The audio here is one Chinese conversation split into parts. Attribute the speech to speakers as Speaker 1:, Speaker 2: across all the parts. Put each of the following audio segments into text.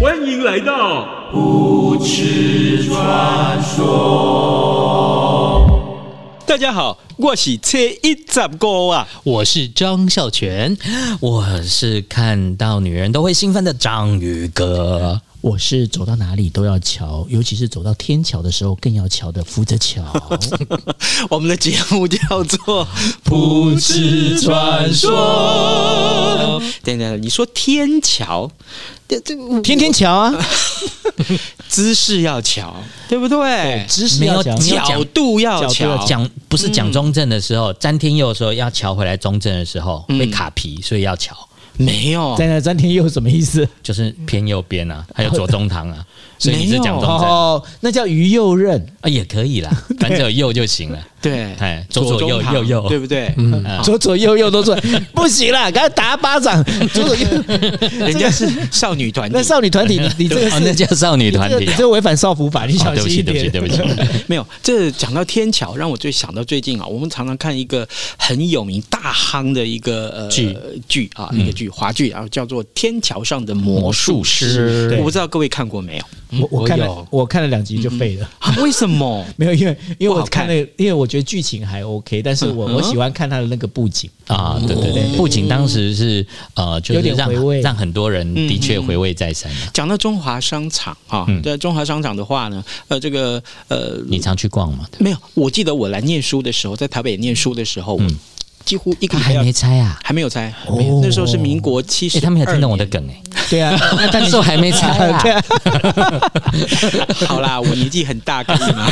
Speaker 1: 欢迎来到
Speaker 2: 大家好，我是车一十五啊，
Speaker 3: 我是张孝全，我是看到女人都会兴奋的章鱼哥。
Speaker 4: 我是走到哪里都要瞧，尤其是走到天桥的时候更要瞧的扶着 瞧。
Speaker 2: 我们的节目叫做《不知传说》。等等，你说天桥，这这
Speaker 4: 天天瞧啊，
Speaker 2: 姿势要瞧，对不对？
Speaker 4: 知识
Speaker 3: 没有
Speaker 4: 要瞧。
Speaker 3: 你要
Speaker 2: 角度要
Speaker 3: 角
Speaker 2: 瞧
Speaker 3: 度，讲不是
Speaker 2: 嗯
Speaker 3: 讲中正的时候，詹天佑的时候要瞧回来中正的时候
Speaker 2: 嗯
Speaker 3: 会卡皮，所以要瞧，
Speaker 2: 没有
Speaker 4: 在那詹天佑什么意思？
Speaker 3: 就是偏右边啊，还有左中堂 啊，所以你是讲中正啊
Speaker 4: 哦，那叫鱼右任，
Speaker 3: 也可 以啦，反正有右就行了。
Speaker 2: 对，
Speaker 3: 哎左左右
Speaker 2: 中堂
Speaker 3: 右右嗯啊
Speaker 2: 对不对？
Speaker 4: 左左右 右都出来，不行啦，给他打巴掌。左左右，
Speaker 2: 人家是少女团体
Speaker 4: 那，少 女团体，你你这个
Speaker 3: 哦，
Speaker 4: 是
Speaker 3: 那叫少女团
Speaker 4: 你
Speaker 3: 体
Speaker 4: 这个
Speaker 3: 啊
Speaker 4: 你。这违反少妇法，你
Speaker 3: 哦
Speaker 4: 小
Speaker 3: 对不
Speaker 4: 心
Speaker 3: 起，
Speaker 4: 一
Speaker 3: 对不起，
Speaker 4: 点。
Speaker 3: 对不起。
Speaker 2: 没有，这讲到天桥，让我最想到最近啊，我们常常看一个很有名大夯的一个呃
Speaker 3: 剧嗯
Speaker 2: 剧啊，一个剧华剧，然后叫做《天桥上的魔术师》
Speaker 4: 对
Speaker 2: 我不知道各位看过没有？
Speaker 4: 我我看
Speaker 3: 我有嗯
Speaker 4: 了，我看了两集就废了。
Speaker 2: 啊为 什么？
Speaker 4: 没有，因为因为
Speaker 2: 不
Speaker 4: 我
Speaker 2: 好看
Speaker 4: 看那个，因为我觉得剧情还 OK，但是我我喜欢看他的那个布景。
Speaker 3: 嗯
Speaker 4: 嗯
Speaker 3: 啊，对对对，不仅当时是呃，就
Speaker 4: 哦有
Speaker 3: 是
Speaker 4: 点
Speaker 3: 让
Speaker 4: 回味
Speaker 3: 让很多人的确
Speaker 2: 嗯嗯
Speaker 3: 回味再三啊。
Speaker 2: 讲到中华商场啊
Speaker 3: 嗯，
Speaker 2: 在中华商场的话呢，呃，这个呃，
Speaker 3: 你常去逛吗？
Speaker 2: 没有，我记得我来念书的时候，在台北念书的时候，我
Speaker 3: 嗯
Speaker 2: 几乎一
Speaker 3: 他
Speaker 2: 个礼拜
Speaker 3: 还
Speaker 2: 要
Speaker 3: 没拆啊？
Speaker 2: 还没有拆
Speaker 4: 哦，
Speaker 2: 那时候是民国七十，
Speaker 3: 哎，他没有听懂我的。梗哎。
Speaker 4: 对啊， 那
Speaker 3: 但是我还没拆 啊。
Speaker 2: 好啦，我年纪很大，可以吗？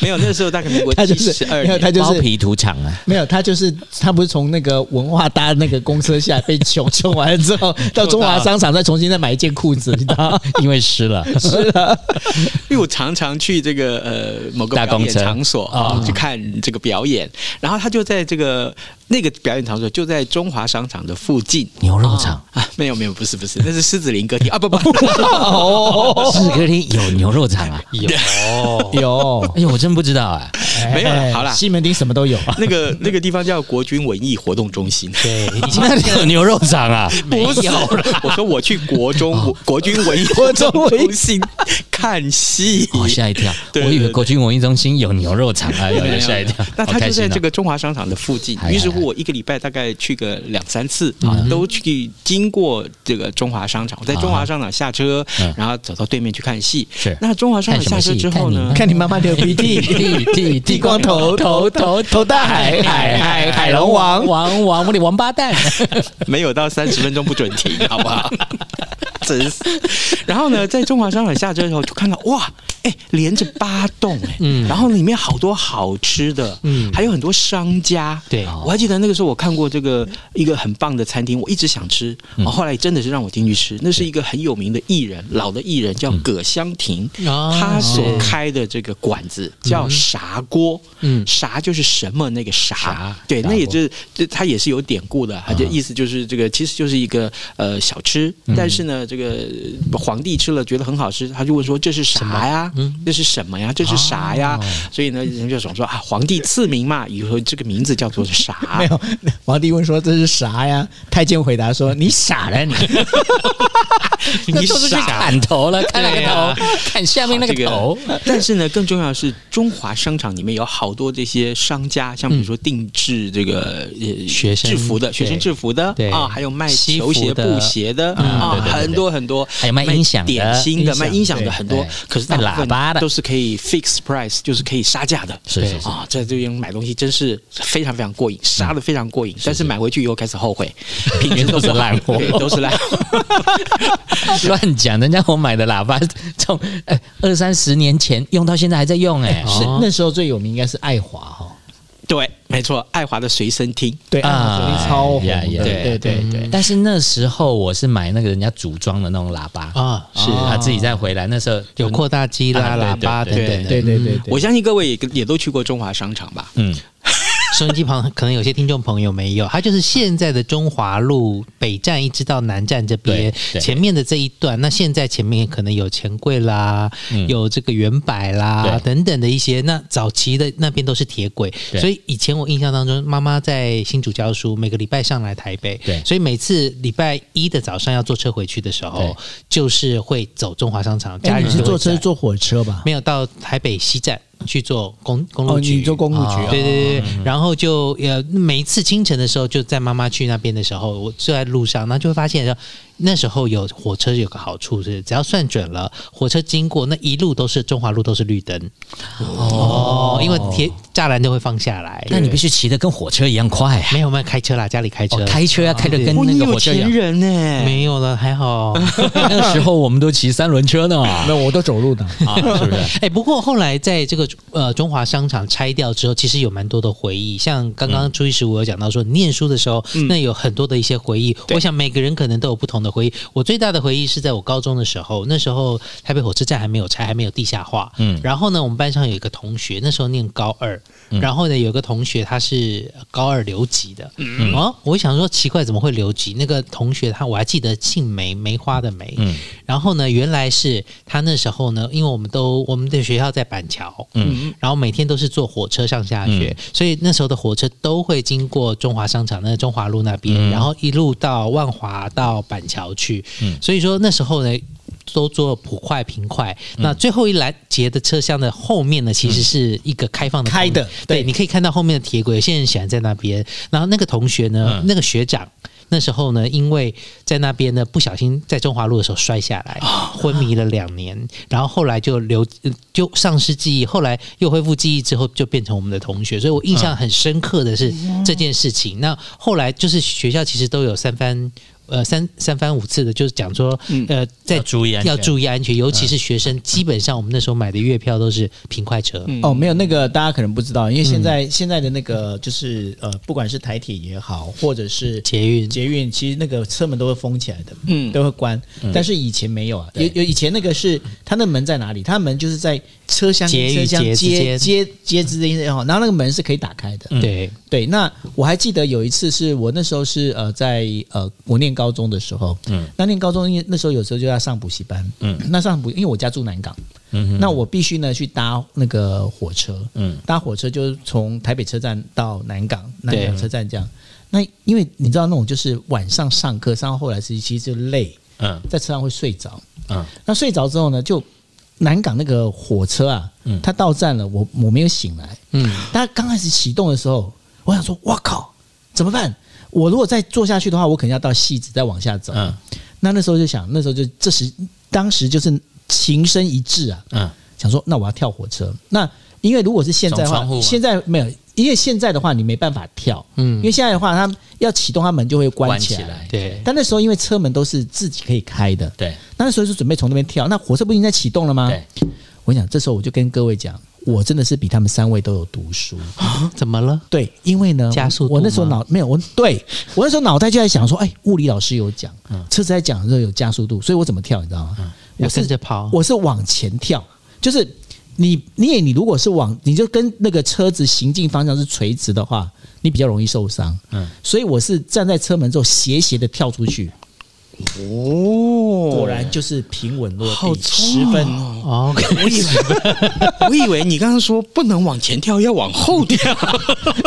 Speaker 2: 没有，那时候大概民国
Speaker 4: 他就
Speaker 2: 七
Speaker 4: 是
Speaker 2: 十二
Speaker 4: 没有，
Speaker 2: 年。
Speaker 4: 他就
Speaker 3: 包
Speaker 4: 是
Speaker 3: 皮土场啊，
Speaker 4: 没有，他就是他不是从那个文化搭那个公车下被穷穷完了之后，到中华商场再重新再买一件裤子，你知 道吗？
Speaker 3: 因为湿了。
Speaker 2: 因为我常常去这个呃某个
Speaker 3: 大
Speaker 2: 表
Speaker 3: 公
Speaker 2: 演
Speaker 3: 车
Speaker 2: 场所啊、去看这个表演，然后他就在这个那个表演场所就在中华商场的附近
Speaker 3: 牛肉场，
Speaker 2: 啊，没有没有，不是不是，那是狮子林歌厅啊，不不，
Speaker 3: 是歌厅有牛肉场啊？有。
Speaker 4: 有，哎
Speaker 3: 哎呦，我真不知道啊。
Speaker 2: 没有了好啦
Speaker 4: 西门町什么都有。
Speaker 2: 那个那个地方叫国军文艺活动中心。
Speaker 3: 对，那里有牛肉场 啊？
Speaker 2: 不是，我说我去国中国军文艺活动中心看戏，
Speaker 3: 哦，吓一跳！我
Speaker 2: 对对
Speaker 3: 以为
Speaker 2: 对
Speaker 3: 国军文艺中心有牛肉场 啊，有
Speaker 2: 没有
Speaker 3: 有吓一跳。
Speaker 2: 那
Speaker 3: 好
Speaker 2: 他
Speaker 3: 开
Speaker 2: 就
Speaker 3: 心
Speaker 2: 在
Speaker 3: 哦
Speaker 2: 这个中华商场的附近
Speaker 3: 哎，呀嗯
Speaker 2: 于是乎我一个礼拜大概去个两三次啊，都去经过这个中华商场。我在中华商场下车
Speaker 3: 啊嗯，
Speaker 2: 然后走到对面去看戏
Speaker 3: 是。
Speaker 2: 那中华商场下车之后呢
Speaker 3: 看什么戏看你呢？
Speaker 4: 看你妈妈流鼻 涕，
Speaker 3: 剃 剃
Speaker 4: 剃光头，头头头大海，海海海龙王。
Speaker 3: 王王，我的王八 蛋！
Speaker 2: 没有到三十分钟不准 停，好不好？真是。然后呢，在中华商场下车的时候，就看到哇，哎、连着八栋哎、然后里面好多好吃的，嗯，还有很多商家。
Speaker 4: 对
Speaker 2: 我还记得那个时候我看过这个一个很棒的餐厅，我一直想吃，哦然后后来真的是让我进去吃。那是一个很有名的艺人，老的艺人叫葛香婷，
Speaker 4: 哦
Speaker 2: 他所开的这个馆子叫啥锅，嗯，啥就是什么那个啥
Speaker 3: 啥，
Speaker 2: 对，
Speaker 3: 啥
Speaker 2: 那也
Speaker 3: 锅
Speaker 2: 就是这它也是有典故的，它的意思就是这个其实就是一个呃小吃，但是呢，这个呃皇帝吃了觉得很好吃，他就问说这是啥呀？这是什么呀？这是啥呀？所以呢，人就想说啊，皇帝赐名嘛，以后这个名字叫做 啥
Speaker 4: 没？有，皇帝问说这是啥呀？太监回答说你 傻了你。
Speaker 3: 你就是去砍头了，看那
Speaker 2: 对啊
Speaker 3: 个头，砍下面那个头。
Speaker 2: 但是呢，更重要的是，中华商场里面有好多这些商家，像比如说定制这个呃
Speaker 3: 学生
Speaker 2: 制服的、
Speaker 3: 对
Speaker 2: 学生制服的
Speaker 3: 对
Speaker 2: 啊，还有卖
Speaker 3: 西服
Speaker 2: 球鞋、
Speaker 3: 的
Speaker 2: 布鞋的
Speaker 3: 嗯
Speaker 2: 啊
Speaker 3: 对对，对
Speaker 2: 很
Speaker 3: 对
Speaker 2: 多很多，
Speaker 4: 还有卖音响的
Speaker 2: 点心的、
Speaker 3: 音响
Speaker 2: 卖音响的
Speaker 3: 对
Speaker 2: 很多
Speaker 4: 对，
Speaker 2: 可是大部
Speaker 4: 卖喇叭
Speaker 2: 分
Speaker 4: 的
Speaker 2: 都是可以 fix price，就是可以杀价的。
Speaker 4: 是是是
Speaker 2: 啊，在这边买东西真是非常非常过瘾，杀的非常过瘾，但是买回去以后开始后悔，品质都不
Speaker 4: 因为都是
Speaker 2: 好
Speaker 4: 烂货
Speaker 2: 对都是烂货。
Speaker 4: 乱讲，人家我买的喇叭 从哎二三十年前用到现在还在用哎、
Speaker 3: 是
Speaker 4: 哦
Speaker 3: 那时候最有名应该是爱华哈，
Speaker 2: 对，没错，爱华的随身听。
Speaker 3: 对，爱华
Speaker 4: 啊
Speaker 3: 手机超红
Speaker 4: 呀呀
Speaker 3: 的，对对对对，
Speaker 4: 但是那时候我是买那个人家组装的那种喇叭，
Speaker 5: 啊，是
Speaker 4: 他自己再回来。那时候
Speaker 5: 有扩大机啦、
Speaker 4: 啊
Speaker 5: 喇叭等
Speaker 4: 对
Speaker 2: 对
Speaker 5: 等的。
Speaker 3: 对对对对，
Speaker 2: 我相信各位也也都去过中华商场吧？
Speaker 4: 嗯，
Speaker 5: 收音机旁可能有些听众朋友没有，它就是现在的中华路北站一直到南站这边
Speaker 4: 对对
Speaker 5: 前面的这一段。那现在前面可能有钱柜啦，
Speaker 4: 嗯
Speaker 5: 有这个元百啦
Speaker 4: 对
Speaker 5: 等等的一些。那早期的那边都是铁轨，
Speaker 4: 对
Speaker 5: 所以以前我印象当中，妈妈在新竹教书，每个礼拜上来台北，
Speaker 4: 对
Speaker 5: 所以每次礼拜一的早上要坐车回去的时
Speaker 4: 对
Speaker 5: 候，就是会走中华商场。家
Speaker 3: 哎，
Speaker 5: 人
Speaker 3: 你是
Speaker 5: 就会
Speaker 3: 坐车
Speaker 5: 在
Speaker 3: 坐火车吧？
Speaker 5: 没有到台北西站去做公公路
Speaker 3: 哦，
Speaker 5: 局，
Speaker 3: 你坐公路局，
Speaker 5: 对对对，
Speaker 4: 嗯
Speaker 5: 然后就呃，每一次清晨的时候，就在妈妈去那边的时候，我就在路上，那就会发现说，那时候有火车有个好处是，只要算准了火车经过，那一路都是中华路都是绿灯哦，因为铁栅栏就会放下来。
Speaker 4: 那你必须骑得跟火车一样快啊！
Speaker 5: 没有没有开车啦，家里开车，
Speaker 4: 哦开车要开得
Speaker 5: 对
Speaker 4: 跟
Speaker 3: 啊
Speaker 2: 哇，
Speaker 4: 那
Speaker 2: 你
Speaker 4: 个
Speaker 2: 有
Speaker 4: 火车一
Speaker 2: 钱
Speaker 3: 哎
Speaker 4: 样。
Speaker 2: 人呢、
Speaker 5: 没有了，还好。
Speaker 4: 那时候我们都骑三轮车 呢，
Speaker 3: 没有，我都走路的。
Speaker 4: 啊，是不是？
Speaker 5: 哎、不过后来在这个呃中华商场拆掉之后，其实有蛮多的回忆。像刚刚初一十五有讲到说，念书的时候，那有很多的一些回忆。
Speaker 2: 对
Speaker 5: 我想每个人可能都有不同的回忆。我最大的回忆是在我高中的时候，那时候台北火车站还没有拆，还没有地下化。嗯
Speaker 4: 嗯，
Speaker 5: 然后呢，我们班上有一个同学，那时候念高二，然后呢有一个同学他是高二留级的。嗯，哦，我想说奇怪，怎么会留级？那个同学他我还记得姓梅，梅花的梅。嗯
Speaker 4: 嗯，
Speaker 5: 然后呢，原来是他那时候呢，因为我们都我们的学校在板桥，嗯，然后每天都是坐火车上下学，所以那时候的火车都会经过中华商场那个中华路那边，然后一路到万华到板桥去，所以说那时候呢。都做普快平快，那最后一栏节的车厢的后面呢，其实是一个开放的空
Speaker 3: 开的
Speaker 5: 对，
Speaker 3: 对
Speaker 5: 你可以看到后面的铁轨，有些人喜欢在那边。然后那个同学
Speaker 4: 嗯
Speaker 5: 呢，那个学长。那时候呢，因为在那边呢不小心在中华路的时候摔下来，
Speaker 4: 啊
Speaker 5: 昏迷了两年，然后后来就留呃就丧失记忆，后来又恢复记忆之后就变成我们的同学，所以我印象很深刻的是
Speaker 4: 嗯
Speaker 5: 这件事情。那后来就是学校其实都有三番呃三三番五次的，就是讲说呃在
Speaker 3: 哎
Speaker 4: 嗯要注意安全嗯
Speaker 5: 要注意安全，尤其是学生，基本上我们那时候买的月票都是平快车，
Speaker 4: 嗯
Speaker 3: 哦，没有那个大家可能不知道，因为现在、现在的那个就是呃，不管是台铁也好，或者是
Speaker 5: 捷运
Speaker 3: 嗯捷运，其实那个车门都会封起来的，
Speaker 2: 嗯
Speaker 3: 都会关。但是以前没有啊，有有以前那个是它的门在哪里？它的门就是在车厢
Speaker 5: 捷
Speaker 3: 跟车
Speaker 5: 与
Speaker 3: 厢
Speaker 5: 捷之
Speaker 3: 接
Speaker 5: 间
Speaker 3: 接接之间哦，然后那个门是可以打开的。
Speaker 5: 对。
Speaker 3: 对，那我还记得有一次是我那时候是呃在呃我念高中的时候，嗯，那念高中因为那时候有时候就要上补习班，嗯，那上补因为我家住南港，嗯，那我必须呢去搭那个火车，嗯，搭火车就是从台北车站到南港，南港车站这样。那因为你知道那种就是晚上上课上到后来其实其实就累，
Speaker 4: 嗯
Speaker 3: 在车上会睡着，
Speaker 4: 嗯，
Speaker 3: 那睡着之后呢，就南港那个火车啊，
Speaker 4: 嗯
Speaker 3: 它到站了，我我没有醒来，嗯，它刚开始启动的时候，我想说，哇靠，怎么办？我如果再坐下去的话，我可能要到戏子再往下走，
Speaker 4: 嗯
Speaker 3: 那那时候就想，那时候就这时当时就是情深一致啊，
Speaker 4: 嗯，
Speaker 3: 想说那我要跳火车。那因为如果是现在的
Speaker 4: 从窗户啊
Speaker 3: 话，
Speaker 4: 嘛
Speaker 3: 现在没有，因为现在的话你没办法跳，嗯，因为现在的话，它要启动它门就会关
Speaker 4: 关
Speaker 3: 起
Speaker 4: 起
Speaker 3: 来。
Speaker 4: 来，
Speaker 5: 对，
Speaker 3: 但那时候因为车门都是自己可以开的，
Speaker 4: 对
Speaker 3: 那时候就准备从那边跳，那火车不已经在启动了吗？
Speaker 4: 对，
Speaker 3: 我想这时候我就跟各位讲，我真的是比他们三位都有读书。
Speaker 5: 怎么了？
Speaker 3: 对，因为呢，
Speaker 5: 加速度
Speaker 3: 我那时候
Speaker 5: 吗
Speaker 3: 脑没有我，对我那时候脑袋就在想说，哎，物理老师有讲，车子在讲的时候有加速度，所以我怎么跳，你知道吗？嗯
Speaker 5: 要
Speaker 3: 我是
Speaker 5: 跟着跑
Speaker 3: 我是往前跳，就是你你也你如果是往，你就跟那个车子行进方向是垂直的话，你比较容易受伤。嗯，所以我是站在车门之后斜斜的跳出去，
Speaker 2: 哦，
Speaker 3: 果然就是平稳落
Speaker 2: 好
Speaker 3: 地，
Speaker 2: 聪
Speaker 3: 十
Speaker 2: 明
Speaker 3: 分。
Speaker 2: 哦！
Speaker 5: 哦，
Speaker 2: 我以为 我以为你刚刚说不能往前跳，要往后跳。啊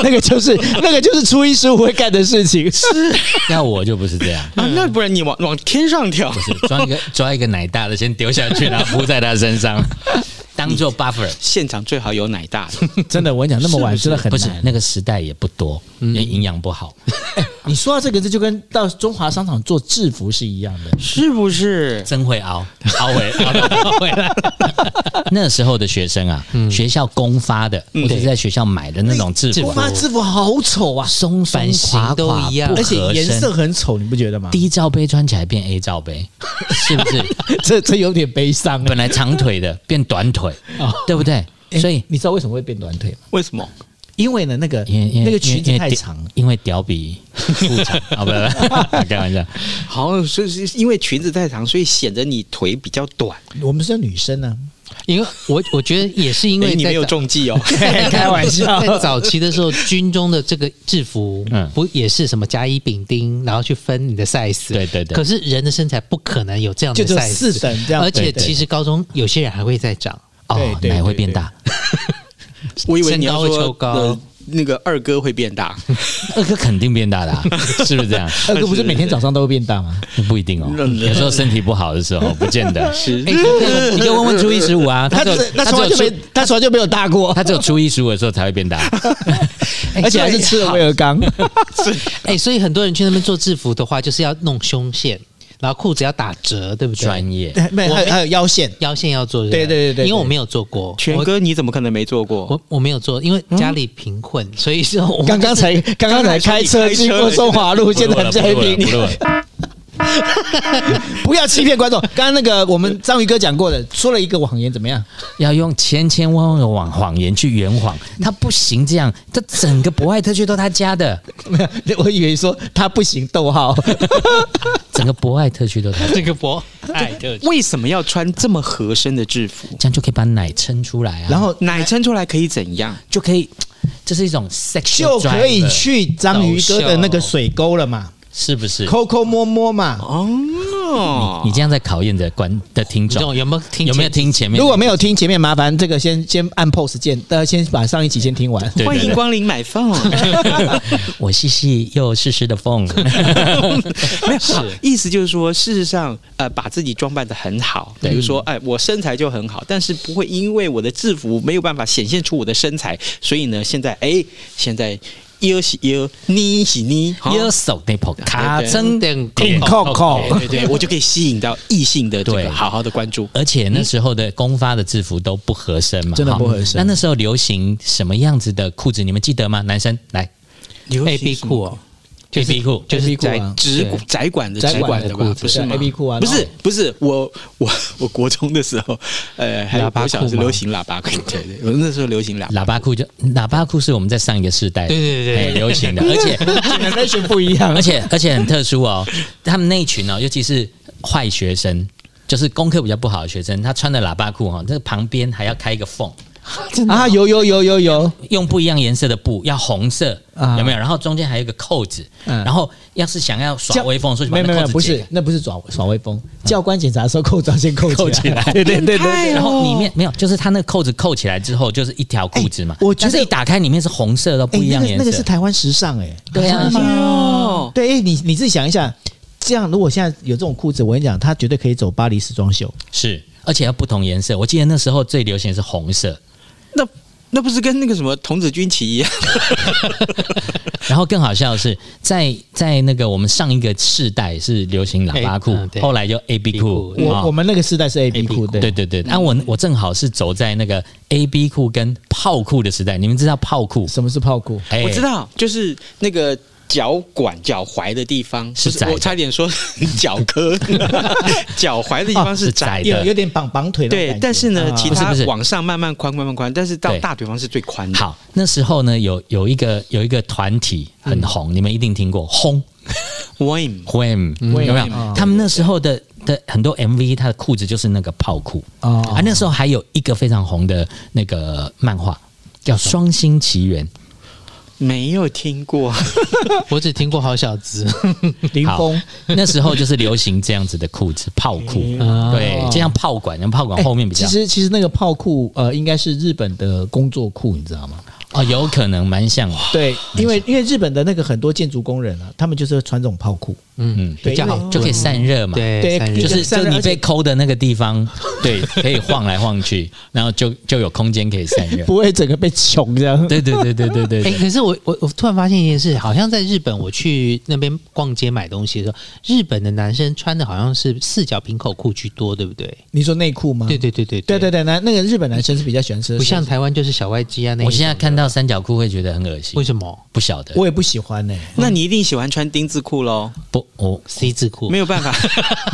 Speaker 3: 那个就是那个就是初一十五会干的事 情，是
Speaker 4: 那我就不是这样。
Speaker 2: 啊，那不然你往往天上跳
Speaker 4: 不。是抓一 个抓一个奶大的先丢下去，然后敷在他身上，当做 buffer。
Speaker 2: 现场最好有奶大的，
Speaker 3: 真的。我跟你讲，那么晚真的很
Speaker 4: 不是
Speaker 3: 难。嗯
Speaker 4: 那个时代也不多，也营养不好。你说到这个字，就跟到中华商场做制服是一样的。
Speaker 2: 是不是？
Speaker 6: 真会熬，熬 回熬到回来。那时候的学生啊，
Speaker 3: 嗯
Speaker 6: 学校公发的，我是在学校买的那种制服
Speaker 4: 我，妈制服好丑啊，
Speaker 6: 松松
Speaker 5: 版型
Speaker 6: 垮
Speaker 5: 都
Speaker 6: 垮，
Speaker 5: 一样
Speaker 6: 不
Speaker 4: 而且
Speaker 6: 合
Speaker 4: 颜
Speaker 6: 身
Speaker 4: 色很丑，你不觉得吗？
Speaker 6: D 罩杯穿起来变 A 罩杯，是不是？
Speaker 4: 这这有点悲伤
Speaker 6: 本来长腿的变短腿，对不对？
Speaker 4: 欸
Speaker 6: 所以
Speaker 4: 你知道为什么会变短腿吗？
Speaker 2: 为什么？
Speaker 4: 因为呢，那个
Speaker 6: 因为因为
Speaker 4: 那个裙
Speaker 6: 因
Speaker 4: 子
Speaker 6: 为
Speaker 4: 太
Speaker 6: 屌
Speaker 4: 长了。
Speaker 6: 因为屌比裤长啊，不不不，开 玩笑。
Speaker 2: 好像是是因为裙子太长，所以显得你腿比较短。
Speaker 4: 我们是女生啊呢、
Speaker 5: 因为我我觉得也是因
Speaker 2: 因
Speaker 5: 为
Speaker 2: 哎你
Speaker 5: 在
Speaker 2: 没有
Speaker 5: 早
Speaker 2: 中计哦。
Speaker 4: 开玩笑
Speaker 5: 在早期的时候，军中的这个制服
Speaker 6: 嗯，
Speaker 5: 不也是什么甲乙丙丁，然后去分你的 size。
Speaker 6: 对对对
Speaker 5: 可是人的身材不可能有这样的
Speaker 4: 就只有
Speaker 5: size，
Speaker 4: 四等这样
Speaker 5: 而且
Speaker 4: 对对
Speaker 5: 其实高中有些人还会再长。
Speaker 4: 对
Speaker 6: 哦，
Speaker 4: 对
Speaker 6: 奶会
Speaker 4: 对
Speaker 6: 变
Speaker 4: 对
Speaker 6: 大，
Speaker 2: 我以为你要
Speaker 5: 身高会
Speaker 2: 说
Speaker 5: 抽高
Speaker 2: 呃那个二哥会变大，
Speaker 6: 二哥肯定变大 的啊，是不是这样？
Speaker 4: 二哥不是每天早上都会变大吗？
Speaker 6: 不一定哦，
Speaker 2: 认
Speaker 6: 有时候身体不好的时候，不见得。
Speaker 2: 是
Speaker 6: 哎，你可以问你可以问问初一十五啊，他只有
Speaker 4: 是那
Speaker 6: 他
Speaker 4: 从
Speaker 6: 只
Speaker 4: 来
Speaker 6: 有
Speaker 4: 就没
Speaker 6: 初
Speaker 4: 他从来就没有大过，
Speaker 6: 他只哎有初一十五的时候才会变大，
Speaker 4: 而哎且还是吃了威尔 刚。
Speaker 5: 哎、所以很多人去那边做制服的话，就是要弄胸线，然后裤子要打折，对不对？
Speaker 6: 专业。
Speaker 4: 没有，还有还有腰线，
Speaker 5: 腰线要做，
Speaker 4: 对
Speaker 5: 不
Speaker 4: 对对对
Speaker 5: 因为我没有做过，
Speaker 2: 全
Speaker 5: 我
Speaker 2: 哥你怎么可能没做过？
Speaker 5: 我我没有做，因为家里贫困，所以说我
Speaker 4: 嗯刚刚才刚刚才开车经过中华路， 现在在
Speaker 6: 不录了不
Speaker 4: 平，
Speaker 6: 录了不录了
Speaker 4: 不要欺骗观众。刚刚那个我们章鱼哥讲过的，说了一个谎言，怎么样？
Speaker 6: 要用千千万万个谎谎言去圆谎，他不行这样，这整个博爱特区都他家的，
Speaker 4: 没有，我以为说他不行，逗号。
Speaker 6: 整个博爱特区都他家，
Speaker 5: 这个博爱 特区
Speaker 2: 为什么要穿这么合身的制服？
Speaker 6: 这样就可以把奶撑出来啊，
Speaker 4: 然后
Speaker 2: 奶撑出来可以怎样？
Speaker 6: 就可以，这是一种 sex，
Speaker 4: 就可以，去章鱼哥的那个水沟了嘛，
Speaker 6: 是不是？
Speaker 4: 抠抠摸摸嘛。
Speaker 2: 哦，
Speaker 6: 你这样在考验着观的听
Speaker 5: 你
Speaker 6: 众
Speaker 5: 懂有没有听？
Speaker 6: 有没有？听前面？
Speaker 4: 如果没有听前面，麻烦这个先先按 pause 键，大家先把上一集先听完。
Speaker 6: 对
Speaker 2: 欢迎，光临买 放。
Speaker 6: 我细细又湿湿的 缝，
Speaker 2: 没有，意思就是说，事实上，呃，把自己装扮的很好，比如说，哎，我身材就很好，但是不会因为我的制服没有办法显现出我的身材，所以呢，现在，哎，现在腰是腰，你是你，哈
Speaker 6: 右手那泡哦卡
Speaker 5: 真
Speaker 6: 真的。
Speaker 5: 的
Speaker 4: 硬扣扣，
Speaker 2: 对对，我就可以吸引到异性的这
Speaker 6: 对
Speaker 2: 个好好的关注。
Speaker 6: 而且那时候的公发的制服都不合身嘛，
Speaker 4: 真的不合身
Speaker 6: 哈那那时候流行什么样子的裤子？你们记得吗？男生来哎
Speaker 5: ，A B 裤哦，
Speaker 6: ，A B 裤，
Speaker 5: 就是
Speaker 4: AB 裤啊
Speaker 5: 在
Speaker 2: 直
Speaker 4: 对
Speaker 2: 窄管的
Speaker 4: 窄
Speaker 2: 直
Speaker 4: 管
Speaker 2: 管
Speaker 4: 的
Speaker 2: 的
Speaker 4: 裤
Speaker 2: 吧，
Speaker 4: 子
Speaker 2: 不是
Speaker 4: 对
Speaker 2: 吗
Speaker 4: AB 裤啊
Speaker 2: 不是
Speaker 4: 然后
Speaker 2: 不是，我我我国中的时候，呃，还有
Speaker 5: 喇叭
Speaker 2: 国小
Speaker 5: 裤
Speaker 2: 是
Speaker 5: 吗
Speaker 2: 流行喇叭裤，对对，我那时候流行喇叭。
Speaker 6: 喇叭裤就喇叭裤是我们在上一个世代
Speaker 5: 对对对 对
Speaker 6: 哎流行的，而且
Speaker 4: 两个选不一样
Speaker 6: 而。且而且很特殊哦，他们那一群哦，尤其是坏学生，就是功课比较不好的学生，他穿的喇叭裤哈、哦，这个旁边还要开一个缝，
Speaker 4: 啊，有有有有有，
Speaker 6: 用不一样颜色的布，要红色，
Speaker 4: 啊
Speaker 6: 有没有？然后中间还有一个扣子，
Speaker 4: 嗯
Speaker 6: 然后要是想要
Speaker 4: 这
Speaker 6: 耍
Speaker 4: 样
Speaker 6: 威风，所以就
Speaker 4: 没
Speaker 6: 把
Speaker 4: 有
Speaker 6: 那
Speaker 4: 没有，没有
Speaker 6: 扣子
Speaker 4: 不
Speaker 6: 解
Speaker 4: 是
Speaker 6: 开，，
Speaker 4: 那不是耍耍威风。教官检查的时候扣子要先扣
Speaker 6: 扣起
Speaker 4: 起
Speaker 6: 来
Speaker 4: 来，对对对对对。
Speaker 6: 然后里面没有，就是他那个扣子扣起来之后，就是一条裤子嘛。
Speaker 4: 哎哎我觉得
Speaker 6: 但是一打开里面是红色的，
Speaker 4: 哎
Speaker 6: 不一，
Speaker 4: 那
Speaker 6: 样
Speaker 4: 个
Speaker 6: 颜色。
Speaker 4: 那个是台湾时尚哎，
Speaker 6: 对啊，
Speaker 2: 哦，
Speaker 4: 对，哎，你你自己想一下，这样如果现在有这种裤子，我跟你讲，他绝对可以走巴黎时装秀。
Speaker 6: 是，而且要不同颜色。我记得那时候最流行的是红色，
Speaker 2: 那那不是跟那个什么童子军旗一样？
Speaker 6: 然后更好笑的是，在在那个我们上一个世代是流行喇叭裤
Speaker 5: 哎嗯，对
Speaker 6: 后来就 A B 裤。
Speaker 5: 对
Speaker 4: 我我
Speaker 6: 哦
Speaker 4: 们那个时代是啊 A B 裤，
Speaker 6: 对对对，那、我我正好是走在那个 A B 裤跟炮裤的时代，你们知道炮裤？
Speaker 4: 什么是炮裤？
Speaker 6: 哎
Speaker 2: 我知道，就是那个。脚管、脚踝的地方
Speaker 6: 是
Speaker 2: 不
Speaker 6: 窄的
Speaker 2: 我差点说脚科， 脚踝的地
Speaker 4: 哦
Speaker 2: 方
Speaker 6: 是
Speaker 2: 是窄
Speaker 6: 窄的
Speaker 4: 有有点绑绑腿那种
Speaker 2: 对
Speaker 4: 感觉。，
Speaker 2: 但是呢，
Speaker 4: 啊
Speaker 2: 其
Speaker 6: 不是
Speaker 2: 他
Speaker 6: 不是
Speaker 2: 往上慢慢宽，慢慢宽，但是到
Speaker 6: 对
Speaker 2: 大腿方是最宽的。，
Speaker 6: 好，那时候呢，有有一个有一个团体很红，你们一定听过轰
Speaker 2: 我 m
Speaker 6: Wham，
Speaker 4: Wham，
Speaker 6: 有没有
Speaker 4: 嗯？
Speaker 6: 他们那时候的的很多 MV，他的裤子就是那个炮裤
Speaker 4: 哦
Speaker 6: 啊。那时候还有一个非常红的那个漫画叫《双星奇缘》，
Speaker 2: 没有听过，
Speaker 5: 我只听过好小子，
Speaker 4: 林
Speaker 6: 好
Speaker 4: 峰，
Speaker 6: 那时候就是流行这样子的裤子，炮裤，
Speaker 5: 哦
Speaker 6: 对，就像 炮管，然后炮
Speaker 4: 嗯
Speaker 6: 管
Speaker 4: 啊哎
Speaker 6: 后面比较
Speaker 4: 其实其实那个炮裤呃，应该是日本的工作裤，你知道吗？
Speaker 6: 哦，有可能蛮像的。
Speaker 4: 对，因为因为日本的那个很多建筑工人啊，他们就是穿这种炮裤，
Speaker 5: 嗯，
Speaker 4: 对
Speaker 5: 比较
Speaker 4: 因
Speaker 5: 好
Speaker 4: 为
Speaker 6: 就可以散热嘛，
Speaker 5: 对
Speaker 4: 对
Speaker 5: 散热
Speaker 6: 就是就
Speaker 4: 散热
Speaker 6: 你
Speaker 4: 而且
Speaker 6: 被抠的那个 地方，对，可以晃来晃去，然后就就有空间可以散热。
Speaker 4: 不会整个被穷这样。
Speaker 6: 对对对对对对
Speaker 5: 哎、
Speaker 6: 对，
Speaker 5: 可是我我我突然发现一件事，好像在日本，我去那边逛街买东西的时候，日本的男生穿的好像是四角平口裤居多，对不对？
Speaker 4: 你说内裤吗？
Speaker 6: 嗯
Speaker 5: 对对对对
Speaker 4: 对对对，那那个日本男生是比较喜欢吃，
Speaker 5: 不像台湾就是小外机啊那一种的。
Speaker 6: 我现在看到三角裤会觉得很恶心
Speaker 5: 为，什 么
Speaker 6: 不晓得
Speaker 4: 我也不喜欢呢、
Speaker 2: 那你一定喜欢穿丁字裤喽？
Speaker 6: 不我
Speaker 5: C 字裤
Speaker 2: 没有 办法，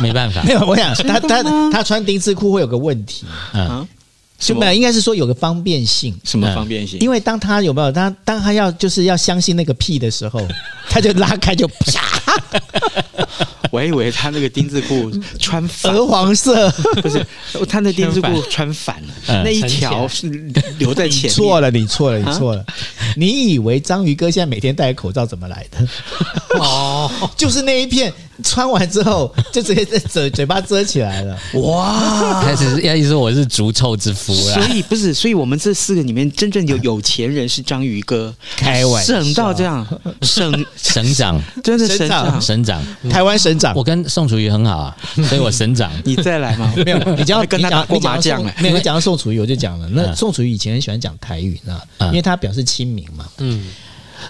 Speaker 6: 没办法
Speaker 4: 没，有，我想他他他穿丁字裤会有个问题，
Speaker 6: 嗯，
Speaker 4: 就没有，应该是说有个方便性。
Speaker 2: 什么方便性？
Speaker 4: 因为当他有没有当当他要就是要相信那个屁的时候， 他就拉开就啪，
Speaker 2: 我还以为他那个丁字裤穿反
Speaker 4: 鹅黄色，
Speaker 2: 不是，呃他那丁字裤穿反了，
Speaker 6: 嗯
Speaker 2: 那一条是留在 前面。
Speaker 4: 错
Speaker 2: 了，
Speaker 4: 了，你错了，你错了，你以为章鱼哥现在每天戴口罩怎么来的？
Speaker 5: 哦，
Speaker 4: 就是那一片穿完之后就直接在嘴嘴巴遮起来了，
Speaker 6: 开始要一说我是逐臭之夫
Speaker 2: 所
Speaker 6: 啦，
Speaker 2: 以不是，所以我们这四个里面真正有有钱人是章鱼哥，
Speaker 4: 开玩笑
Speaker 2: 省到这样，省
Speaker 6: 省 长
Speaker 2: 真的
Speaker 4: 省
Speaker 2: 省
Speaker 4: 长
Speaker 2: 长，
Speaker 6: 省长，
Speaker 4: 台湾省长
Speaker 6: 嗯我跟宋楚瑜很好啊，所以我省长。
Speaker 2: 你再来 吗？
Speaker 4: 没有，你只要
Speaker 2: 还跟他
Speaker 4: 你讲
Speaker 2: 打过麻将
Speaker 4: 你
Speaker 2: 嘞
Speaker 4: 讲到宋没有，你讲到宋楚瑜，我就讲了。那宋楚瑜以前很喜欢讲台语呢，
Speaker 6: 嗯
Speaker 4: 因为他表示亲民嘛。
Speaker 5: 嗯，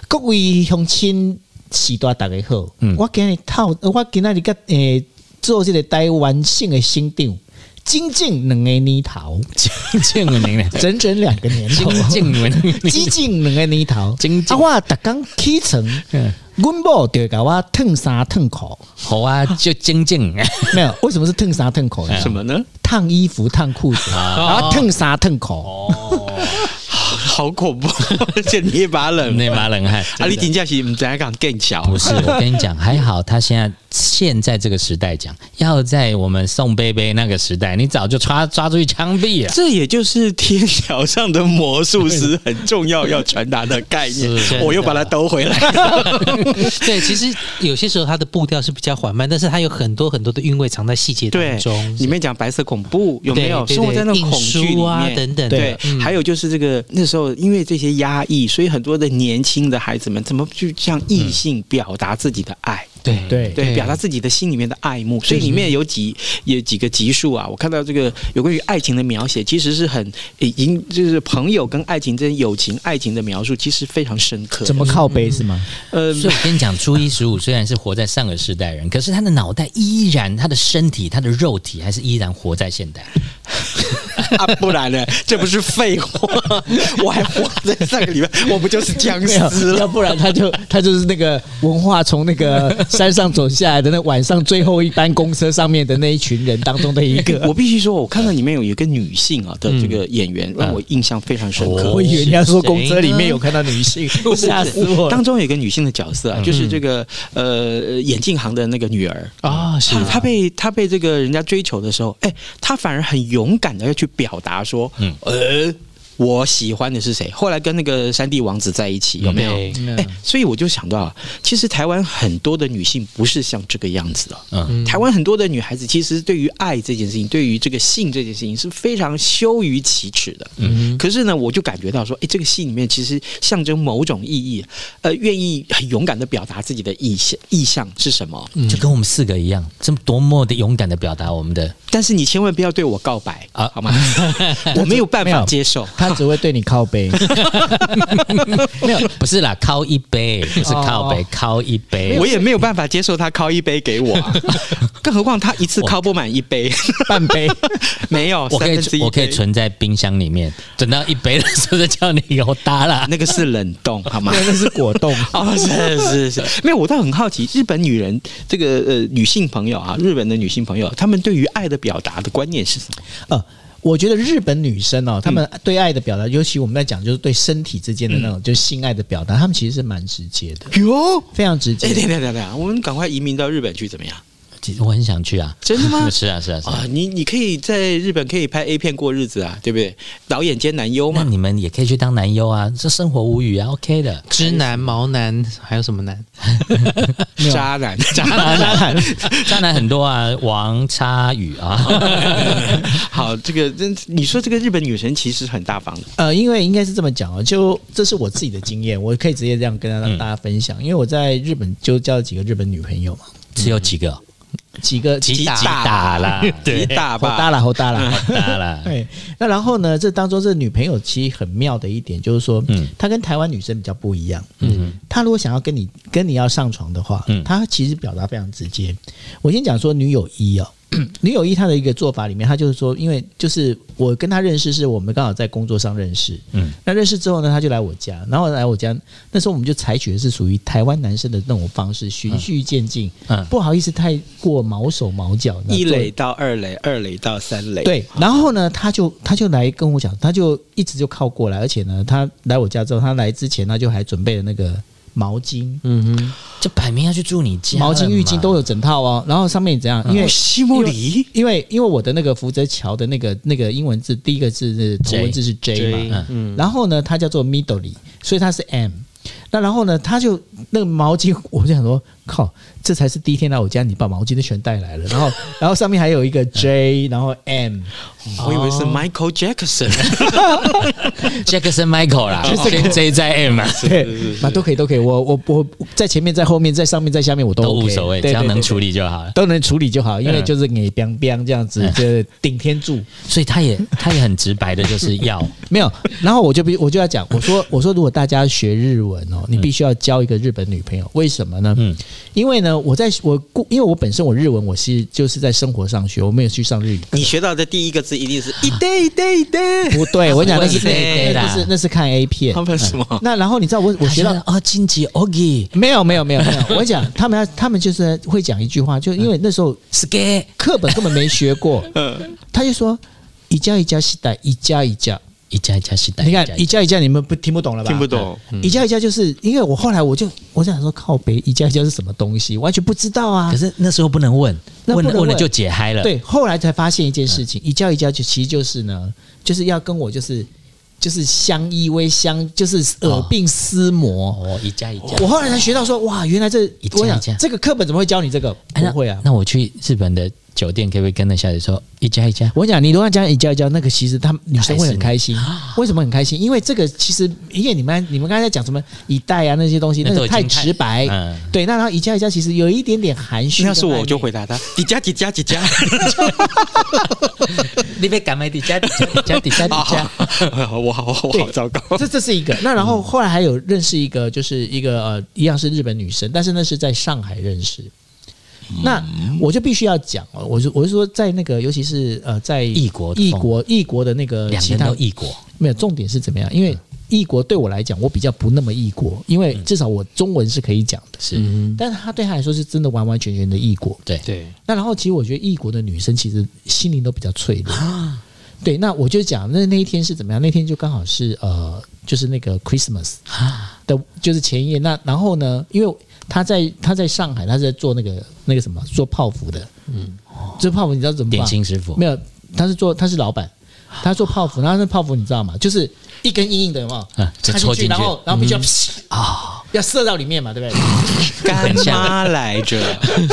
Speaker 4: 各位乡亲，时代大家好，
Speaker 6: 嗯
Speaker 4: 我今日透，我今仔日甲诶做这个台湾省的省长，整整两个年头，
Speaker 6: 金靖 明呢？
Speaker 4: 整整两个年头
Speaker 6: 金。靖明，
Speaker 4: 整整两个年 头
Speaker 6: 整，
Speaker 4: 啊！
Speaker 6: 整
Speaker 4: 我逐工起 床，
Speaker 6: 嗯
Speaker 4: 阮某就会甲我烫衫烫裤，
Speaker 6: 好啊，就金靖。
Speaker 4: 没有？为什么是烫衫烫裤呢？
Speaker 2: 什么呢？
Speaker 4: 烫衣服、烫裤子，然后烫衫烫裤。
Speaker 2: 好恐怖， 而且你也把 冷。
Speaker 6: 那把冷汗。
Speaker 2: 啊，你真正是唔知影讲更小，
Speaker 6: 不是，我跟你讲，还好他现在现在这个时代讲，要在我们宋贝贝那个时代，你早就抓抓出去枪毙了。
Speaker 2: 这也就是天桥上的魔术师很重要要传达的概念
Speaker 6: 是真。
Speaker 5: 的
Speaker 2: 我又把它兜回来，
Speaker 5: 对，其实有些时候它的步调是比较缓慢，但是它有很多很多的韵味藏在细节
Speaker 2: 对
Speaker 5: 当中，。
Speaker 2: 你们讲白色恐怖有没有？
Speaker 5: 对对对
Speaker 2: 生活在那种恐惧里
Speaker 5: 印书
Speaker 2: 面、
Speaker 5: 啊等等的
Speaker 2: 对，
Speaker 5: 嗯
Speaker 2: 还有就是这个那时候因为这些压抑，所以很多的年轻的孩子们怎么去向异性表达自己的爱？
Speaker 5: 对
Speaker 4: 对
Speaker 2: 对，
Speaker 5: 对
Speaker 2: 表达自己的心里面的爱慕，所以里面有几有几个集数啊，我看到这个有关于爱情的描写，其实是很已经就是朋友跟爱情之间友情、爱情的描述，其实非常深刻。
Speaker 4: 怎么靠背是 吗？
Speaker 2: 呃，
Speaker 6: 所以我跟你讲，初一十五虽然是活在上个世代人，可是他的脑袋依然，他的身体，他的肉体还是依然活在现代。
Speaker 2: 啊，不然 呢？这不是废话？我还活在上个礼拜，我不就是僵
Speaker 4: 没
Speaker 2: 尸
Speaker 4: 有，要
Speaker 2: 了？
Speaker 4: 不然他就 他就是那个文化从那 个山上走下来的那晚上最后一班公车上面的那一群人当中的一个。
Speaker 2: 我必须说，我看到里面有一个女性啊的这个
Speaker 4: 嗯
Speaker 2: 演员，让我印象非常深刻。
Speaker 4: 我以为你要说公车里面有看到女性， 吓死我 了
Speaker 2: 当！中有一个女性的角色啊，就是这个呃眼镜行的那个女儿，
Speaker 5: 啊，是
Speaker 2: 她她被她被这个人家追求的时候，哎、她反而很勇敢的要去表达说，
Speaker 6: 嗯
Speaker 2: 呃，我喜欢的是谁？后来跟那个山地王子在一起，有没有？哎、
Speaker 5: 对
Speaker 2: 所以我就想到啊，其实台湾很多的女性不是像这个样子的、
Speaker 6: 嗯，
Speaker 2: 台湾很多的女孩子其实对于爱这件事情，对于这个性这件事情是非常羞于启齿的。嗯，可是呢，我就感觉到说，哎，这个戏里面其实象征某种意义，呃，愿意很勇敢的表达自己的意向意向是什么？
Speaker 6: 就跟我们四个一样，这么多么的勇敢的表达我们的
Speaker 2: 但是你千万不要对我告白
Speaker 6: 啊
Speaker 2: 啊，好吗？ 我没有办法接受。
Speaker 4: 他只会对你靠背，
Speaker 6: 没有，不是啦，靠一杯，不是靠杯，靠一杯。
Speaker 2: 我也没有办法接受他靠一杯给我、啊，更何况他一次靠不满一杯，
Speaker 4: 半杯。
Speaker 2: 没有，
Speaker 6: 我可
Speaker 2: 三分之
Speaker 6: 以
Speaker 2: 一
Speaker 6: 我可以
Speaker 2: 杯
Speaker 6: 存在冰箱里面，等到一杯的时候再叫你给我打啦。
Speaker 2: 那个是冷冻，好吗？
Speaker 4: 那是果冻，
Speaker 2: 哦，是是是，没有，我倒很好奇，日本女人这个呃女性朋友啊，日本的女性朋友，她们对于爱的表达的观念是什么？
Speaker 4: 呃，我觉得日本女生哦，她们对爱的表达，尤其我们在讲就是对身体之间的那种就是性爱的表达，她们其实是蛮直接的，
Speaker 2: 哟，
Speaker 4: 非常直接
Speaker 2: 哎哎，。等一下等一下等一下，我们赶快移民到日本去怎么样？
Speaker 6: 其实我很想去啊，
Speaker 2: 真的 吗？
Speaker 6: 是啊，是啊，是
Speaker 2: 啊
Speaker 6: 啊。，
Speaker 2: 你你可以在日本可以拍 A 片过日子啊，对不对？导演兼男优
Speaker 6: 那
Speaker 2: 嘛，
Speaker 6: 你们也可以去当男优啊，这生活无语啊，OK 的。
Speaker 5: 直男、毛男，还有什么男？
Speaker 4: 有
Speaker 2: 渣男 渣
Speaker 6: 渣男，渣男，渣男很多啊，王差宇啊，
Speaker 2: 好，这个真你说这个日本女神其实很大方的，
Speaker 4: 呃，因为应该是这么讲哦，就这是我自己的经验，我可以直接这样跟大家大家分享。因为我在日本就交了几个日本女朋友嘛，
Speaker 6: 只有几个，
Speaker 4: 几个
Speaker 6: 几
Speaker 4: 打
Speaker 6: 几打 啦，
Speaker 2: 一大
Speaker 4: 好
Speaker 2: 把
Speaker 4: 搭啦，好搭啦。
Speaker 6: 打啦，
Speaker 4: 对，哎那然后呢？这当中这女朋友其实很妙的一点就是说，
Speaker 6: 嗯
Speaker 4: 她跟台湾女生比较不一样。
Speaker 6: 嗯
Speaker 4: 她如果想要跟你跟你要上床的话，
Speaker 6: 嗯
Speaker 4: 她其实表达非常直接。我先讲说女友一哦， 女友一她的一个做法里面，她就是说，因为就是我跟她认识是我们刚好在工作上认识，
Speaker 6: 嗯
Speaker 4: 那认识之后呢，她就来我家，然后来我家那时候我们就采取的是属于台湾男生的那种方式，循序渐进，
Speaker 6: 嗯
Speaker 4: 不好意思太过毛手毛脚，那
Speaker 2: 一
Speaker 4: 做
Speaker 2: 垒到二垒，二垒到三垒，，
Speaker 4: 对，然后呢，他就他就来跟我讲，他就一直就靠过来，而且呢，他来我家之后，他来之前他就还准备了那个毛巾、
Speaker 5: 嗯哼，
Speaker 6: 就摆明要去住你家了嘛，
Speaker 4: 毛巾、浴巾都有整套哦。然后上面怎样？因为
Speaker 2: 西莫里
Speaker 4: 因为因为我的那个福泽桥的那个那个英文字，第一个字是头文字是 J 嘛，
Speaker 6: 嗯
Speaker 4: 嗯然后呢，它叫做 Middle，所以它是 M。那然后呢，他就那个毛巾，我就想说，靠，这才是第一天来我家，你把毛巾都全带来了，然后然后上面还有一个 J，然后 M，
Speaker 2: 我以为是 Michael Jackson，
Speaker 6: Jackson Michael 啦，J J 在 M 啊，
Speaker 4: 对，那都可以，都可以。我我我在前面，在后面，在上面，在下面，我 都
Speaker 6: 都
Speaker 4: OK,
Speaker 6: 无所谓，
Speaker 4: 对
Speaker 6: 只要
Speaker 4: 对
Speaker 6: 能
Speaker 4: 对
Speaker 6: 处理嗯就好了。
Speaker 4: 都能处理就好，因为就是你 biang biang 这样子，就是顶天柱
Speaker 6: 所以他也他也很直白的，就是要
Speaker 4: 没有。然后我就必我就要讲，我说我说，如果大家学日文哦，你必须要交一个日本女朋友，为什么呢？
Speaker 6: 嗯
Speaker 4: 因为呢，我在我故因为我本身我日文我是就是在生活上学，我没有去上日语课。
Speaker 2: 你学到的第一个字一定是一 day 一 day 一 day，
Speaker 4: 不对，我讲那是
Speaker 6: 不会的
Speaker 4: 那是那是看 A 片嗯
Speaker 2: 他。们什么？
Speaker 4: 那然后你知道我我学到
Speaker 6: 他说哦，金吉 Ogi
Speaker 4: 没有没有没有没有，我讲 他们要他们就是会讲一句话，就因为那时候
Speaker 6: Ske
Speaker 4: 课本根本没学 过，
Speaker 2: 嗯
Speaker 4: 他就说一加一加是代一加一加，
Speaker 6: 一家一家是代，
Speaker 4: 你看
Speaker 6: 哎一
Speaker 4: 一
Speaker 6: 家
Speaker 4: 加一加你们不听不懂了吧？啊嗯
Speaker 2: 听不懂，
Speaker 4: 一加一加就是因为我后来我就我在想说靠北一加一加是什么东西，完全不知道啊
Speaker 6: 可。是那时候不能问，
Speaker 4: 那不
Speaker 6: 问
Speaker 4: 能
Speaker 6: 了
Speaker 4: 问
Speaker 6: 问了就解嗨了。
Speaker 4: 对，后来才发现一件事情，一加一加就其实就是呢，就是要跟我就是就是相依为相，就是耳鬓厮磨。
Speaker 6: 哦，一家一家。
Speaker 4: 我后来才学到说哇，原来这
Speaker 6: 一加
Speaker 4: 我想
Speaker 6: 一加
Speaker 4: 这个课本怎么会教你这个？
Speaker 6: 哎
Speaker 4: 不会啊
Speaker 6: 那。那我去日本的酒店，可不可以跟那小姐说一家一家？
Speaker 4: 我跟你讲，你如果讲一教一教，那个其实他们女生会很开心。为什么很开心？因为这个其实，因为你们你们刚才在讲什么一代啊那些东西，
Speaker 6: 那
Speaker 4: 那
Speaker 6: 都
Speaker 4: 个
Speaker 6: 已经
Speaker 4: 太直白。
Speaker 6: 嗯
Speaker 4: 对，那然后一教一教其实有一点点含蓄。
Speaker 2: 要是我我就回。答他几家几家几家，
Speaker 6: 你被赶卖底加底加底加底 加，
Speaker 2: 我好我好我好糟糕。
Speaker 4: 这这是一个，那然后后来还有认识一个，就是一个呃，一样是日本女生，但是那是在上海认识。那我就必须要讲哦，我就我是说，在那个尤其是呃，在
Speaker 6: 异国的
Speaker 4: 异
Speaker 6: 风
Speaker 4: 国异国的那个
Speaker 6: 两个
Speaker 4: 其
Speaker 6: 人
Speaker 4: 他
Speaker 6: 都异国，
Speaker 4: 没有，重点是怎么样？因为
Speaker 6: 嗯
Speaker 4: 异国对我来讲，我比较不那么异国，因为至少我中文是可以讲的。
Speaker 6: 是嗯
Speaker 4: 但是他对他来说是真的完完全全的异国。
Speaker 6: 对
Speaker 5: 对，
Speaker 4: 那然后其实我觉得异国的女生其实心灵都比较脆弱。
Speaker 6: 啊
Speaker 4: 对，那我就讲那那一天是怎么样？那天就刚好是呃，就是那个 Christmas
Speaker 6: 啊
Speaker 4: 的，就是前一夜。那然后呢，因为他在他在上海，他是在做那个那个什么做泡芙的，嗯，做泡芙你知道怎么
Speaker 6: 点
Speaker 4: 放？
Speaker 6: 心师傅
Speaker 4: 没，有，他是做他是老板，他做泡芙，然后那泡芙你知道吗？就是一根硬硬的，有没有？
Speaker 6: 嗯就
Speaker 4: 插
Speaker 6: 戳进去嗯
Speaker 4: 然后然后必须要啊，要射到里面嘛，对不对？
Speaker 2: 干妈来着，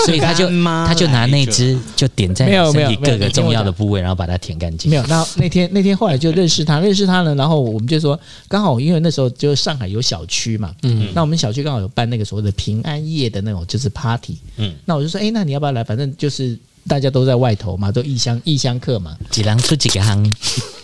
Speaker 6: 所以他就
Speaker 2: 干妈
Speaker 6: 他就拿那只就点在你
Speaker 4: 没有没
Speaker 6: 身
Speaker 4: 有
Speaker 6: 体
Speaker 4: 没有
Speaker 6: 各个
Speaker 4: 你听
Speaker 6: 重
Speaker 4: 我
Speaker 6: 要的
Speaker 4: 讲
Speaker 6: 部位，然后把它舔干净。
Speaker 4: 没有，那那天那天后来就认识他，认识他呢，然后我们就说，刚好因为那时候就上海有小区嘛，嗯，那我们小区刚好有办那个所谓的平安夜的那种就是 party，
Speaker 6: 嗯
Speaker 4: 嗯，那我就说，哎、那你要不要来？反正就是大家都在外头嘛，都异乡异乡客嘛，
Speaker 6: 几狼出几个行，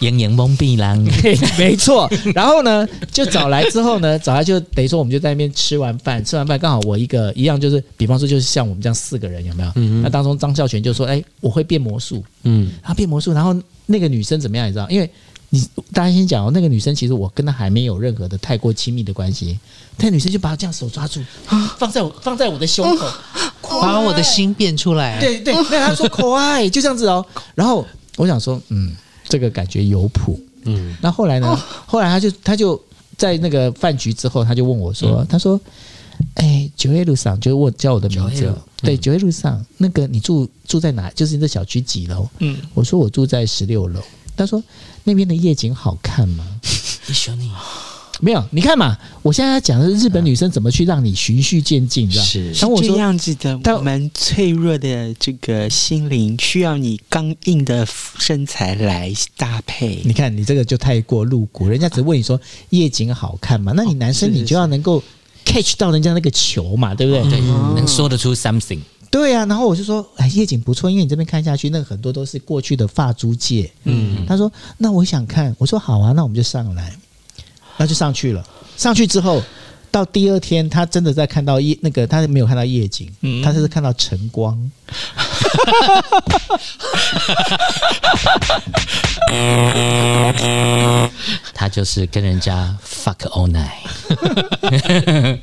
Speaker 6: 盈盈蒙蔽狼。
Speaker 4: 对，没错。然后呢，就找来之后呢，找来就等于说我们就在那边吃完饭，吃完饭刚好我一个一样就是，比方说就是像我们这样四个人有没有？那当中张孝全就说：“哎、我会变魔术。”
Speaker 5: 嗯，
Speaker 4: 他变魔术，然后那个女生怎么样？你知道？因为你大家先讲哦，那个女生其实我跟她还没有任何的太过亲密的关系，但女生就把她这样手抓住，放在我放在我的胸口，
Speaker 5: 把我的心变出来，，
Speaker 4: 对对，没有，他 说可爱，就这样子哦。然后我想说，嗯，这个感觉有谱，嗯。那嗯后来呢？后来他就他就在那个饭局之后，他就问我说，他说。哎，九月路上，就是我叫我的名字
Speaker 6: Joel，
Speaker 4: 哦，对，九月路上，那个你住住在哪？就是你的小区几楼？
Speaker 2: 嗯，
Speaker 4: 我说我住在十六楼。他说那边的夜景好看吗？
Speaker 6: 你选你
Speaker 4: 没有，你看嘛，我现在要讲的是日本女生怎么去让你循序渐进，你知道？
Speaker 5: 是
Speaker 4: 当我
Speaker 2: 这
Speaker 4: 说
Speaker 2: 样子的，
Speaker 4: 但
Speaker 2: 我们脆弱的这个心灵需要你刚硬的身材来搭配。
Speaker 4: 你看你这个就太过露骨，人家只问你说夜景好看嘛，那你男
Speaker 2: 哦
Speaker 4: 生
Speaker 2: 是是嗯
Speaker 4: 你就要能够 catch 到人家那个球嘛，对不对？
Speaker 6: 对， 能说得出 something，
Speaker 4: 对啊，然后我就说，哎，夜景不错，因为你这边看下去，那个很多都是过去的发租界。嗯，他说，那我想看，我说好啊，那我们就上来，那就上去了。上去之后，到第二天，他真的在看到夜那个，他没有看到夜景，
Speaker 2: 嗯
Speaker 4: 他是看到晨光。
Speaker 6: 他就是跟人家 fuck all night。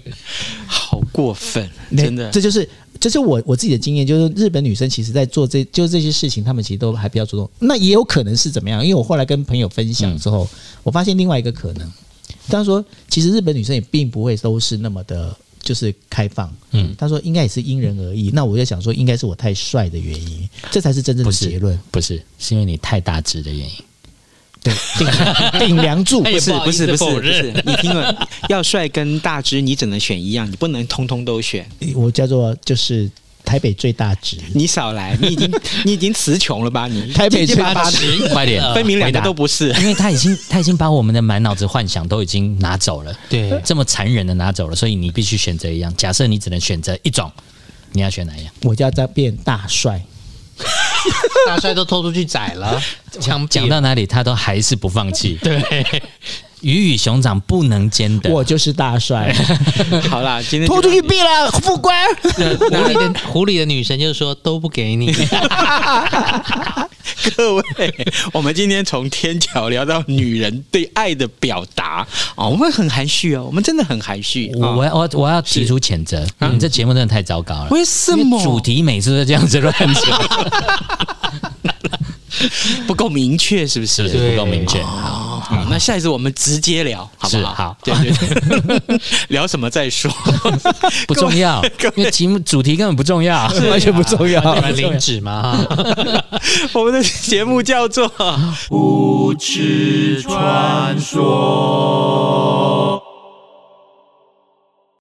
Speaker 2: 好过分，啊
Speaker 4: 那
Speaker 2: 真的
Speaker 4: 这。就是这是我我自己的经验，就是日本女生其实在做这就这些事情，她们其实都还比较主动。那也有可能是怎么样？因为我后来跟朋友分享之后，我发现另外一个可能，他说其实日本女生也并不会都是那么的。就是开放，嗯，他说应该也是因人而异。那我就想说，应该是我太帅的原因，这才是真正的
Speaker 6: 不是
Speaker 4: 结论。
Speaker 6: 不是，是因为你太大只的原因。
Speaker 4: 对， 顶顶梁柱
Speaker 2: 不
Speaker 5: 哎呀
Speaker 2: 是
Speaker 5: 不好
Speaker 2: 不
Speaker 5: 意
Speaker 2: 是
Speaker 5: 思
Speaker 2: 不是
Speaker 5: 否
Speaker 2: 不是
Speaker 5: 认，
Speaker 2: 你听了，要帅跟大只，你只能选一样，你不能通通都选。
Speaker 4: 我叫做就是台北最大值，
Speaker 2: 你少来，你已 经你已经词穷了吧？你
Speaker 4: 台北最大值。
Speaker 6: 十，快点，
Speaker 2: 分明两个
Speaker 6: 回答
Speaker 2: 都不是。
Speaker 6: 因为他已经他已经把我们的满脑子幻想都已经拿走了，
Speaker 5: 对
Speaker 6: 这么残忍的拿走了，所以你必须选择一样。假设你只能选择一种，你要选哪一样？
Speaker 4: 我就要再变大帅。
Speaker 5: 大帅都偷出去宰 了，枪
Speaker 6: 讲
Speaker 5: 毙
Speaker 6: 到
Speaker 5: 了
Speaker 6: 哪里，他都还是不放弃。
Speaker 5: 对，
Speaker 6: 鱼与熊掌不能兼得。
Speaker 4: 我就是大帅，
Speaker 2: 好啦，今天
Speaker 4: 拖出去毙了，副官。
Speaker 5: 狐狸的狐狸的女神就说都不给你，
Speaker 2: 各位，我们今天从天桥聊到女人对爱的表达哦，我们很含蓄哦，我们真的很含蓄。
Speaker 6: 我我
Speaker 2: 哦
Speaker 6: 要我要我要提出谴责，你这节目真的太糟糕了。
Speaker 2: 为什么
Speaker 6: 因为主题每次都这样子乱讲，
Speaker 2: 不够明确，是不
Speaker 6: 是不
Speaker 2: 是？
Speaker 6: 是不够明确？
Speaker 2: 哦，好那下一次我们直接聊，好不
Speaker 6: 是
Speaker 2: 好？
Speaker 6: 好
Speaker 2: 对对对， 聊什么再说。
Speaker 6: 不重要
Speaker 2: 各位，
Speaker 6: 因为题目主题根本不重要，完全不重要。
Speaker 5: 你们领旨嘛哈。
Speaker 2: 我们的节目叫做《无耻传说》。